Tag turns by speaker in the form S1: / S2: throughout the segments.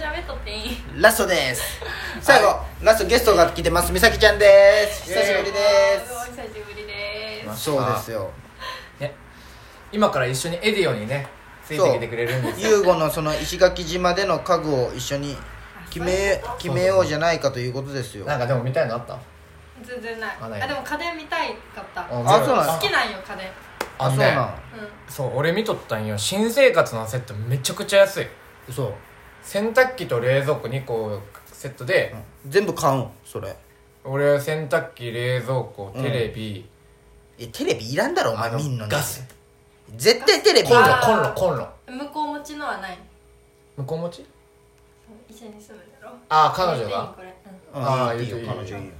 S1: 全員
S2: ラストです最後、ラストゲストが来てます美咲ちゃんです久しぶりで
S1: お久しぶりです
S2: すそうですよ
S3: 今から一緒にエディオンにねついてきてくれるんですよ
S2: 優吾のその石垣島での家具を一緒に決め決めようじゃないかということですよ
S3: なんかでも見たいのあった
S1: 全然ない
S3: あ
S1: あ
S3: ない
S1: でも家電見たいかった
S3: あ
S1: 好
S2: そうなの
S1: きなんよ家電
S2: あ
S3: あ
S2: そう
S3: ね
S2: なの
S1: う
S3: そう俺見とったんよ新生活のセットめちゃくちゃ安い
S2: そう
S3: 洗濯機と冷蔵庫2個セットで、
S2: 全部買うんそれ
S3: 俺洗濯機冷蔵庫テレビ、
S2: えテレビいらんだろお
S3: あ
S2: 前
S3: の
S2: 見んのに
S3: ガス
S2: 絶対テレビい
S3: コン
S2: る
S3: ロ
S1: あー
S3: コンロコンロ
S1: ん向こう持ちのはない
S3: 向こう持ち
S1: 一緒に住むんだろ
S3: ああ彼女が
S1: これ、うん
S2: ああいいよ
S3: いい
S2: 彼
S3: よ
S2: 女いいよ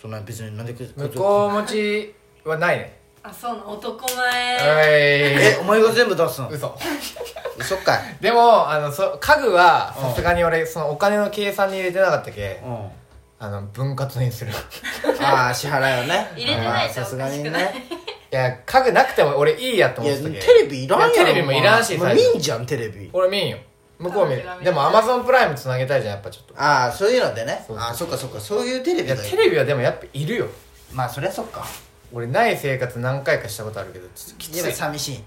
S2: そんな別になんで
S3: 向こう持ちはないね
S1: あそうなの男前
S2: え
S3: え
S2: お前が全部出すの
S3: 嘘
S2: 嘘かい
S3: でもあのそ家具はさすがに俺そのお金の計算に入れてなかったけ
S2: うんあ
S3: あの分割にする
S2: あ支払いをね
S1: 入れてないと
S2: あーさすがに
S1: おかし
S2: ね
S3: いや家具なくても俺いいやと
S2: い
S3: 思っ
S2: や
S3: てたけ
S2: テレビいらんやろ
S3: いやテレビもいらんし
S2: お前
S3: 最初
S2: 見んじゃんテレビ
S3: 俺見んよ向こう見る
S1: 彼女が見る
S3: でもアマゾンプライムつなげたいじゃんやっぱちょっと
S2: ああそういうのでね
S3: そうそうそう
S2: ああそっかそっかそういうテレ
S3: い
S2: ビ
S3: や
S2: だよ
S3: テレビはでもやっぱいるよ
S2: まあそりゃそっか
S3: 俺ない生活何回かしたことあるけどちょっときつ
S2: でも
S3: い
S2: 寂しい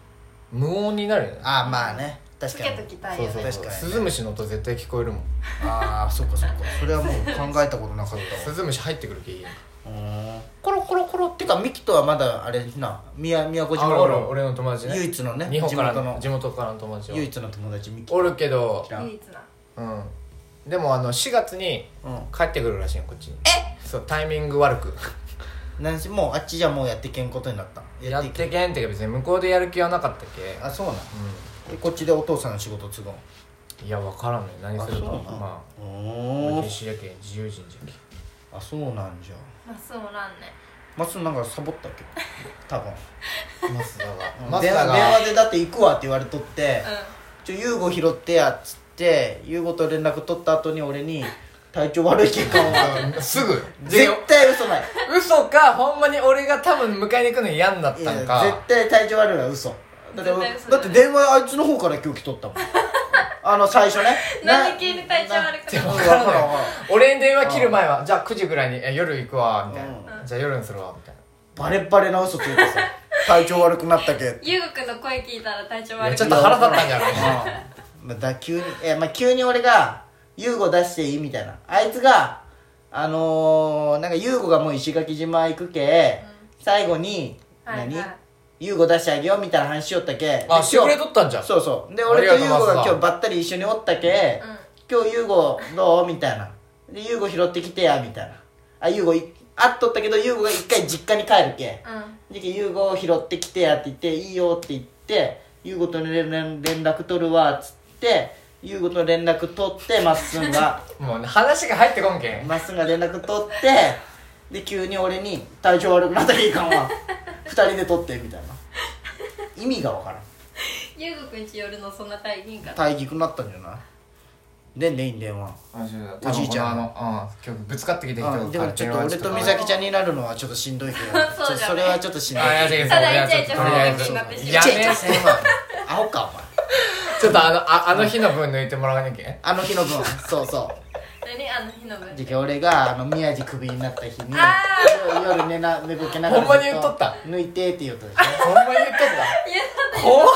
S3: 無音になるよね
S2: ああまあね確
S1: つ
S2: か
S1: け
S2: に
S1: ときたい
S3: そう
S1: よ
S3: そう
S1: ね
S2: 確
S3: そう
S2: かにね
S3: スズムシの音絶対聞こえるもん
S2: ああそっかそっかそれはもう考えたことなかった
S3: スズムシ入ってくるけいいやん
S2: わうんコロコロコロってかミキとはまだあれな宮宮古島
S3: あ俺
S2: の
S3: 俺の友達ね
S2: 唯一のね
S3: 日本から
S2: 地元の
S3: の地元からの友達は
S2: 唯一の友達ミキ
S3: おるけど
S2: 知らん
S1: 唯一な
S3: うんでもあの4月に
S2: うん
S3: 帰ってくるらしいよこっちにえそうタイミング悪く
S2: なんしもうあっちじゃもうやってけんことになった
S3: やってけんってか別に向こうでやる気はなかったけ
S2: あそうなんでこっちでお父さんの仕事継ぐん
S3: うんいや分からんね何するか
S2: あそうなん
S3: まあ
S2: お
S3: 俺しやけん自由人じゃけん
S2: あそうなんじゃ
S1: まっすぐおらんね
S2: マスなんかサボったっけ多分
S3: マスダがマス
S2: 電
S3: ダ
S2: 話電
S3: が
S2: 話でだって行くわって言われとって
S1: う
S2: 「ちょ優吾拾ってや」っつって優吾と連絡取った後に俺に「体調悪い結果を
S3: うんすぐで
S2: 絶対嘘ない
S3: 嘘かほんまに俺が多分迎えに行くの嫌になっ
S2: いや
S3: たん
S2: 絶
S3: か
S2: 対体調悪いのは嘘だって
S1: 絶対嘘
S2: だって電話あいつの方から今日来とったもんあの最初ね
S1: んなんで急に体調悪く
S3: で
S1: な
S3: も
S1: る
S2: わ
S3: 分
S2: か
S3: からら
S2: んわか
S3: ない
S2: らん
S3: 俺に電話切る前はじゃあ9時ぐらいにえ夜行くわみたいな、
S1: うん
S3: じゃあ夜にするわみたい
S2: バレッバレな嘘ついてさ体調悪くなったけって
S1: ゆうごくんの声聞いたら体調
S3: な
S1: 悪
S3: いや
S1: く
S3: ちょっと
S1: なる
S3: 腹立ったんじゃない
S2: うんまあだ急にえまあ急に俺が「優吾出していい?」みたいなあいつがあのー、なんか優吾がもう石垣島行くけ、最後に「
S1: はいはい
S2: 何優吾出してあげよう」みたいな話しよったけで
S3: あしてくれとったんじ
S2: 今
S3: ゃん
S2: 日そうそうで
S3: あ
S2: 俺
S3: り
S2: と
S3: がとう
S2: 優吾が今
S3: マス
S2: 日
S3: ター
S2: ばったり一緒におったけ
S1: うん
S2: 「今日優吾どう?」みたいな「で優吾拾ってきてや」みたいなあ優吾い会っとったけど優吾が一回実家に帰るけ、
S1: うん
S2: でユーゴを拾ってきてやって言って「いいよ」って言ってユーゴと連連絡取るわっつってユーゴと連絡取ってまっすん が
S3: もう話が入ってこんけん
S2: まっすんが連絡取ってで急に俺に「体調悪くなったらい いかんわ二人で取って」みたいな意味がわからん
S1: ゆうごくんち寄るのそんな大変かな
S2: 大義くなったんじゃないでんでいいん電話おじいちゃん
S3: 多分このあの、うん、今日ぶつかってきてきた
S2: うんでもちょっと俺と美
S3: あ
S2: 咲ちゃんになるのはちょっとしんどいけど
S1: そうじゃない
S2: ちょそれはちょっとしんどい
S3: やめてく
S1: た
S3: ださ
S1: だ
S3: い
S1: イチャイチャ
S3: とりあえ
S1: 不安
S3: ず
S1: 定になってし
S2: や
S1: まう
S3: や
S2: め
S3: め
S2: て
S3: て
S2: アホかお前
S3: ちょっとあのああの日の分抜いてもらわなきゃ
S2: あの日の分そうそう
S1: 何あの日の分
S2: じゃあ俺があの宮地クビになった日に
S1: あ
S2: 夜寝な寝ぼけながら
S3: ほんまに言っとった
S2: 抜いてって言うとでしょ
S3: ほんまに言っとった怖っ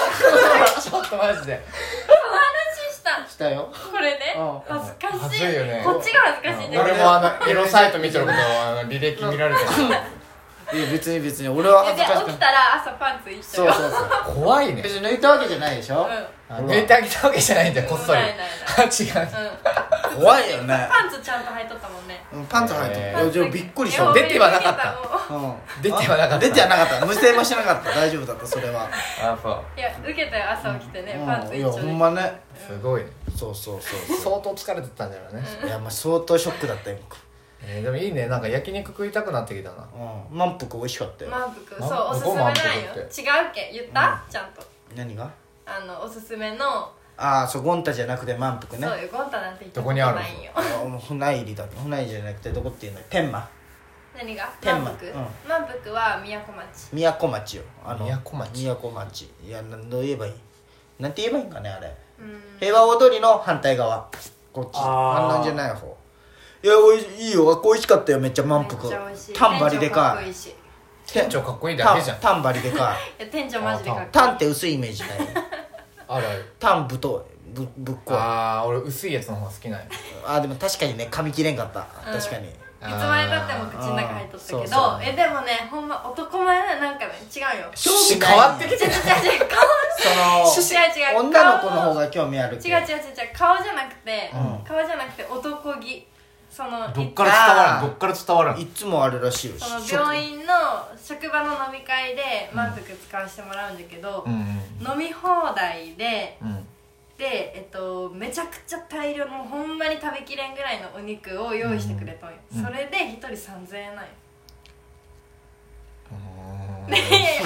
S3: ちょっとマジで
S1: お話しした
S2: したよ
S1: これね
S2: うん
S1: 恥ずかしい
S3: 恥ずいよね
S1: こっちが恥ずかしいんだけ
S3: 俺
S1: ど
S3: もあのエロサイト見てることをあの履歴見られて
S2: いや別に別に俺は恥
S1: で
S2: ずかしく
S1: 起き
S2: ない
S1: たら朝パンツ一緒
S2: そ
S1: よ
S2: うそうそう
S3: 怖いね
S2: 別に抜いたわけじゃないでしょ、
S3: あ抜いてあげたわけじゃないんだよこっそり
S1: ないないない
S3: あ違う
S1: うんうん
S2: 怖いよね
S1: パンツちゃんと履いとったもんね
S2: うんパンツ履いてる、
S3: え
S2: い
S3: ー
S2: やじゃあびっくりし
S1: い
S2: た
S1: や
S3: 出てはなかった
S2: うん
S3: 出てはなかった
S2: 出てはなかった無声もしなかった大丈夫だったそれは、
S3: あそう
S1: いや受けたよ朝起きてねパン
S2: う
S1: ツ
S2: ん、い
S1: 一
S2: や
S1: 緒
S2: ほ
S1: で
S2: んまね
S3: すごいね
S2: そうそうそうそ
S3: 相当疲れてたんだろうね
S2: ういやまあ相当ショックだったよ、
S3: えーでもいいねなんか焼肉食いたくなってきたな
S2: うん、満腹美味しかったよ、
S1: 満腹
S3: 満
S1: そう
S3: 腹
S1: おすすめないよ
S3: 満腹
S1: 違う
S3: っ
S1: け言ったちゃんと
S2: 何が
S1: あのおすすめの
S2: ああそうゴンタじゃなくて満腹
S1: そ
S2: ね
S1: うよゴンタなんて言ったことないよ
S2: あ船入りだ船入りじゃなくてどこっていうの天満
S1: 何が
S2: 天満
S1: 満腹
S2: うん
S1: 満腹は宮古町
S2: 宮古町よあの
S3: 宮古町
S2: 宮古町いやなどう言えばいいなんて言えばいいんかねあれ
S1: うん
S2: 平和大通りの反対側こっち
S4: あー
S2: あんなんじゃない方いやおいいいよあっこ美味しかったよめっちゃ満
S1: めっ
S2: 腹
S1: ちゃ美味しい
S2: タンバリで
S1: 店長
S2: か
S1: っこい
S2: い
S1: いしい
S3: 店長かっこいいだ
S2: タ
S3: け
S2: ン
S3: じゃん
S2: タンバリでかい
S1: や店長マジでかっこいい
S2: タンって薄いイメー ジない
S3: あるある
S2: タンぶといぶぶっこいあ
S3: ああ俺薄いやつの方が好きなんよ
S2: ーでも確かにね噛み切れんかった
S1: うん
S2: 確かに
S1: いつまでたっても口の中入っとったけど
S2: あーそうそう
S1: えでもねほんま男前ななんかね違うよ
S3: 趣味変わって
S1: 違う違う
S3: きてる
S1: 違 う顔
S2: その
S1: 違う違う
S2: 女の子の方が興味ある
S1: 違う違う違う違う顔じゃなくて、
S2: うん
S1: 顔じゃなくて男気その
S3: どっから伝わらんどっから伝わらん
S2: いつもあるらしいよ
S1: その病院の職場の飲み会で満腹使わせてもらうんだけど、
S3: うん
S1: 飲み放題で
S3: うんうん
S1: で、えっと、めちゃくちゃ大量のほんまに食べきれんぐらいのお肉を用意してくれたんよ、
S3: うん
S1: それで1人3000円なんよ、
S3: う
S1: いやいや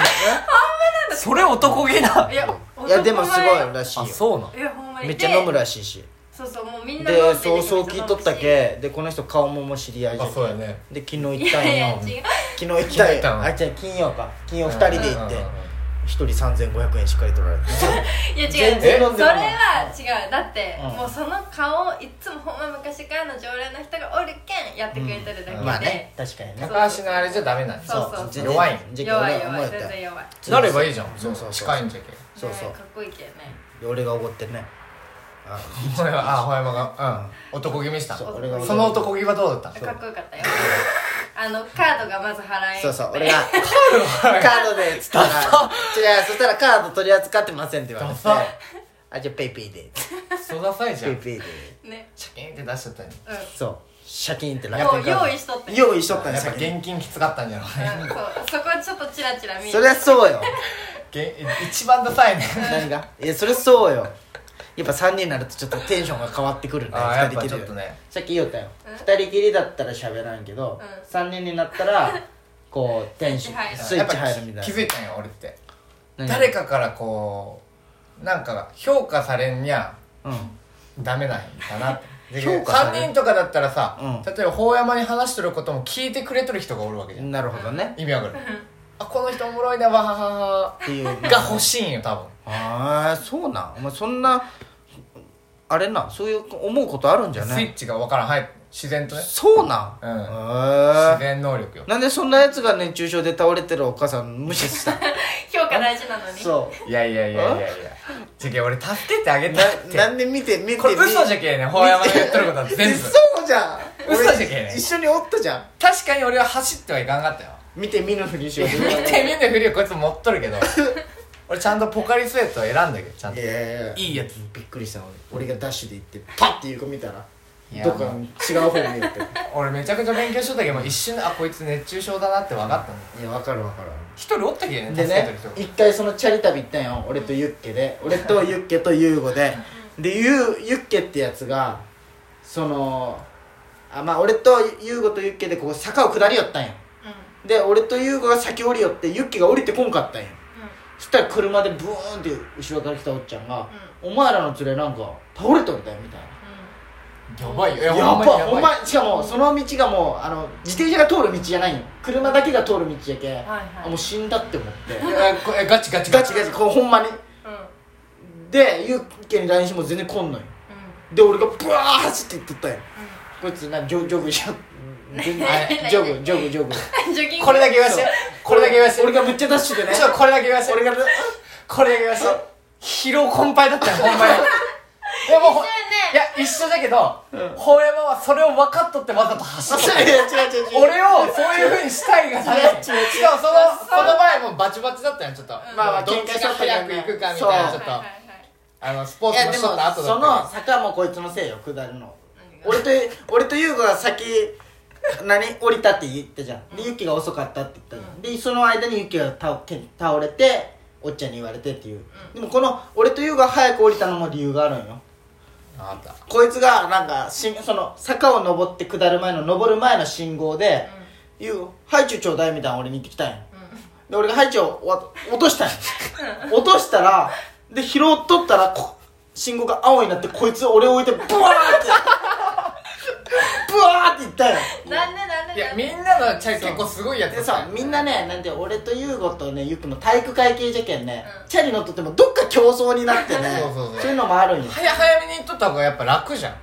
S4: ーそれ男気ない
S1: や
S2: いやでもすごい
S1: 男
S2: らしい
S3: んあ
S2: よ
S3: そうなん
S1: 前いやほんまに
S2: めっちゃ飲む
S1: で
S2: らしいし
S1: そうそうもうみんな飲ん
S2: で
S1: る
S2: そうそう聞いとったけでこの人顔ももう知り合いじゃ
S3: あ
S2: ん
S3: そうやね
S2: で昨日行
S1: い
S2: ったん
S1: やいや
S2: よ
S1: 違う
S2: 昨日行っ
S3: 昨日
S2: た
S3: 行った
S2: よ
S3: の
S2: あじゃあ金曜か金曜2人で行って1人3500円しっかり取られて
S1: いや違う
S2: 全
S1: それ
S2: 然飲んでない
S1: は違うだって、
S2: うん
S1: もうその顔いつもほんま昔からの常連の人がおるけんやってくれてるだけで、
S3: うん
S2: まあね確かにね
S3: 高橋のあれじゃダメなんや
S1: そうそう
S2: 全然
S3: 弱い
S2: じゃあ
S1: 弱い
S2: 俺思
S1: 弱い
S2: えた
S1: 全然弱い
S3: なればいいじゃん
S2: そうそうそう
S3: 近いんじゃけ
S2: そうそう
S1: ねかっこいいけどね
S2: で俺がおごってねあ
S3: 俺はあほやまがうん男気見した
S2: そう
S3: そ
S2: 俺がおごって
S3: の男気はどうだった
S1: かっこよかったよあのカードがまず払えん
S2: そうそう俺が カ
S3: 払えん
S2: ードでっつったら違うそしたらカード取り扱ってませんって言われて
S3: ダサ
S2: あじゃあペイペイで
S3: クソダサいじゃ
S2: ペイ
S3: ん
S2: ペイで
S1: ね
S3: チャキンって出しちゃったんや
S1: うん
S2: そうシャキーンってな
S1: やっぱ用意しとったよ
S2: 用意しとったん
S3: や
S2: や
S3: っぱ
S2: 先に
S3: 現金きつかったんじゃない
S1: うんそうそこちょっとチラチラ見え
S2: そりゃそうよ
S3: 現一番ダサいね
S2: 何がいやそれそうよやっぱ3人になるとちょっとテンションが変わってくるね
S3: あー
S2: 2
S3: やっ
S2: 人
S3: ぱ
S2: きり
S3: ち
S2: だ
S3: ょっとね
S2: さっき言おったよ
S1: うん
S2: 2人きりだったら喋らんけど
S1: うん
S2: 3人になったらこうテンシ
S1: スイッチ入
S2: ョン
S1: る
S2: スイッチ入るみ
S3: や
S2: たい
S3: っぱ気
S2: な
S3: づいたんや俺って
S2: 何
S3: 誰かからこうなんか評価されんにゃ
S2: うん
S3: ダメなんだなってで
S2: 評価される
S3: 3人とかだったらさ、
S2: う
S3: 例えば法山に話してることも聞いてくれてる人がおるわけじゃん
S2: なるほどね
S3: 意味わかるあこの人おもろいなわははは
S2: っていう
S3: が欲しいんよ多分
S2: ああそうなんお前そんなあれなそういう思うことあるんじゃな
S3: スイッ
S2: い
S3: チが分からんはい自然とね
S2: そうなん
S3: うん
S2: へ
S3: 自
S2: え
S3: 然能力よ
S2: なんでそんなやつが熱中症で倒れてるお母さん無視した
S1: 評価大事なのに
S2: そ
S3: いやいやいやいやいやじゃけ俺助けてあげ
S2: う
S3: たいっ
S2: なな
S3: て
S2: んで見て見て
S3: これ嘘じゃ
S2: ん
S3: けえね法山の言ってることは全部
S2: 嘘じゃん
S3: 嘘
S2: 俺
S3: じゃけえね
S2: 一緒におったじゃん
S3: 確かに俺は走ってはいかんかったよ
S2: 見て見ぬふりしよう
S3: 見て見ぬふりをこいつ持っとる けど俺ちゃんとポカリスエットを選んだけどちゃん
S2: い
S3: と
S2: やいやいや
S3: いいやつ
S2: びっくりした俺俺がダッシュで行ってパッて横見たら
S3: いや
S2: どっか違う方見るって
S3: 俺めちゃくちゃ勉強しとったけどもう一瞬であこいつ熱中症だなって分かった の
S2: いやわかるわかる
S3: 一人おったけどね
S2: で
S3: 助けて
S2: ね
S3: る人
S2: 一回そのチャリ旅行ったんよ俺とユッケで俺とユッケとユーゴででユユッケってやつがそのあまあ俺とユーゴとユッケでこう坂を下りよったんよ
S1: うんうん
S2: で俺とユーゴが先降りよってユッケが降りてこんかったんよそしたら車でブーンって後ろから来たおっちゃんが「お前らの連れなんか倒れとったよ」みたいな
S3: やばいよ
S2: や
S3: い
S2: ば
S3: ほんまにやば
S2: お
S3: い
S2: 前しかもその道がもうあの自転車が通る道じゃないよ車だけが通る道やけ、
S1: はい
S2: あもう死んだって思って
S3: いやこえガチガ チ
S2: ガチガチこうほんまに
S1: うんうん
S2: でユッケに LINE しても全然来んのよで俺がブワー走っていっとったよこいつなジョジョグジョ全然
S1: はい
S2: ジョグジョグジョグ
S1: うんジョギング
S3: これだけ言わしてこれだけ言わして
S2: 俺がめっちゃダッシュでね
S3: ちょっとこれだけ言わして俺がこれだけ言わして疲労困憊だったよほん まにいやもうほ
S1: 一緒やね
S3: いや一緒だけど法山はそれを分かっとってわざと走っ
S2: あ
S3: とった
S2: 違う違う違う違う
S3: 俺をそういうふうにしたいが ためしかもそのその前もバチバチだったよちょっと
S2: まあまあ
S3: どっちが早く行くかみたいなち
S2: そ
S3: ょ
S2: う
S3: っ
S1: はい
S3: と
S1: はいはい
S3: あのスポ
S2: い
S3: ーツ
S2: や
S3: も
S2: で
S3: し
S2: も
S3: とった後
S2: そ
S3: だ
S2: の
S3: っ
S2: 坂もこいつのせいよ下るの
S1: 何が
S2: 俺と俺と優吾が先何降りたって言ったじゃんでユッキが遅かったって言ったじゃんでその間にユッキが倒け倒れておっちゃんに言われてっていう、でもこの俺と優吾が早く降りたのも理由があるんよ
S3: たあった
S2: こいつがなんかしその坂を登って下る前の登る前の信号で「ゆうハイチュウちょうだい」みたいなの俺に言ってきたんや、で俺がハイチュウをわ落としたんや落としたらで拾っとったらこ信号が青になってこいつ俺を置いてブワーってブワーっていったんや
S1: なんでなん
S3: い
S1: でな
S3: や
S1: ん
S3: み
S1: で
S3: んなのチャリ結構すごいやつだ
S2: で
S3: った
S2: さ
S3: よ
S2: みんなねなんて俺と優吾とねゆっくんの体育会系じゃけんね、
S1: うん
S2: チャリ乗っとってもどっか競争になってね
S3: そうそうそう
S2: いうのもあるんよ
S3: 早早めに行っとった方がやっぱ楽じゃん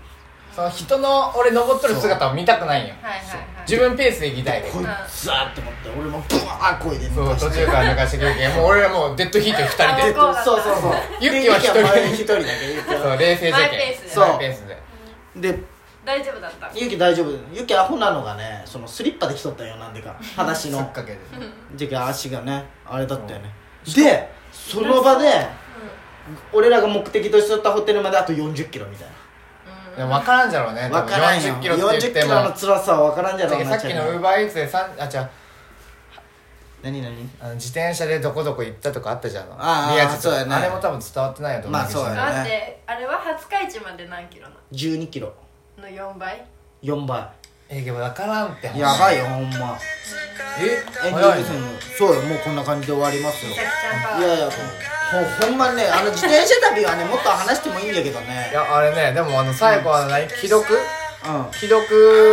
S3: その人の俺登っとる姿を見たくないんよ
S1: はいはいはい
S3: 自分ペースで行きたい
S2: こいつだって思って俺もブワー声で
S3: そう
S2: 抜か
S3: 途
S2: して
S3: 中から抜かしてくるけんもう俺らもうデッドヒート2人
S1: あ
S3: で
S2: で
S1: こうだった
S2: そうそうそう
S3: ユッキーは一人
S2: ユッキー前に一人だけ
S3: そう冷静じゃ
S1: マイ
S3: け
S1: ペ
S3: ん
S1: ースで
S2: そう
S3: マイペースで
S2: どで
S1: 大丈夫だった
S2: ユッキー大丈夫ユッキーアホなのがねそのスリッパで来とったよなんでか裸 足
S3: 引っ
S2: の
S3: 掛けで
S2: じゃけ足がねあれだったよねでその場で俺らが目的としとったホテルまであと4 0キロみたい
S3: でも分からんじゃろうね
S2: な分からんよ
S3: 4 0キロ
S2: 4
S3: って
S2: 0
S3: 言
S2: キ
S3: って
S2: ロ
S3: も
S2: の辛さは分からんじゃろう
S3: さ
S2: な
S3: っき
S2: ちゃん
S3: のウー
S2: が
S3: バーイーツでさんあ違う
S2: 何何
S3: あの自転車でどこどこ行ったとかあったじゃん
S2: あー
S3: 宮地と
S2: そうやね
S3: あれも多分伝わってないよと思う
S2: まあそうやね
S1: だってあれは廿日市まで何キロな
S2: 1 2キロ
S1: のの4倍
S2: 4倍
S3: えでも分からんって話
S2: やばいよほんま
S3: え
S2: エンデ
S3: 早
S2: ィン
S3: い
S2: グ
S3: ね
S2: ソングそうよもうこんな感じで終わりますよ
S1: めちゃくちゃパワ
S2: い
S1: ー
S2: やいやほほんまねあの自転車旅はねもっと話してもいいんだけど
S3: い
S2: ね
S3: やあれねでもあの最後は何既読
S2: うんあ
S3: 既読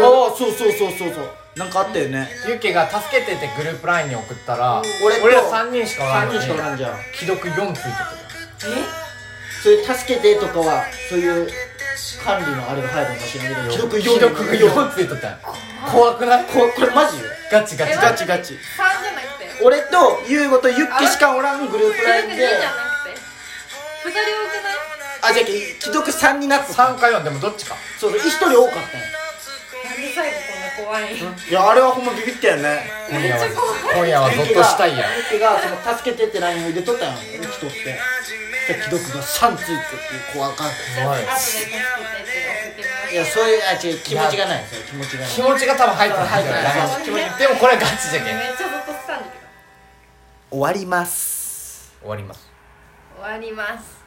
S2: あそうそうそうそうそうなんかあったよね
S3: ユキが助けてってグループラインに送ったら
S2: 俺と
S3: 俺ら3人しかおらん
S2: 3
S3: の
S2: 人
S3: に
S2: しかおらんじゃん
S3: 既読4ついてた
S2: そういう助けてとかはそういう管理のあれが入るのか知らんけど既読
S3: 既読
S2: 読
S3: が4ついとったよ怖くない
S2: ここれマジよ
S3: ガチガチ
S1: え
S3: ガ
S2: ガ
S3: チ
S2: チガチ
S1: 3じゃなくて
S2: 俺と優吾とユッキしかおらんグループライン
S1: 2
S2: で
S1: じゃなくて2人多くない
S2: あじゃあ既読3になってた
S3: 3か4でもどっちか
S2: そうそう1人多かったよ
S1: なんで最後こんな怖いん
S2: いやあれはほんまビビったよね
S3: 今夜
S1: めっちゃ怖
S3: はい今夜はゾッとしたいやん
S2: ユッキがその助けてってラインを入れとったよ人ってで既読が3ついてっていう怖かった
S3: すごい
S1: 後で助けてって送ってみます
S2: いやそういうあ違う気持ちがないそういう気持ちがない
S3: 気持ちが多分入ってないんだ
S2: 入
S3: よ
S2: って
S1: ない気持ち
S3: でもこれはガチじゃけん
S1: めっちゃゾッとしたんだけど
S2: 終わります
S3: 終わります
S1: 終わります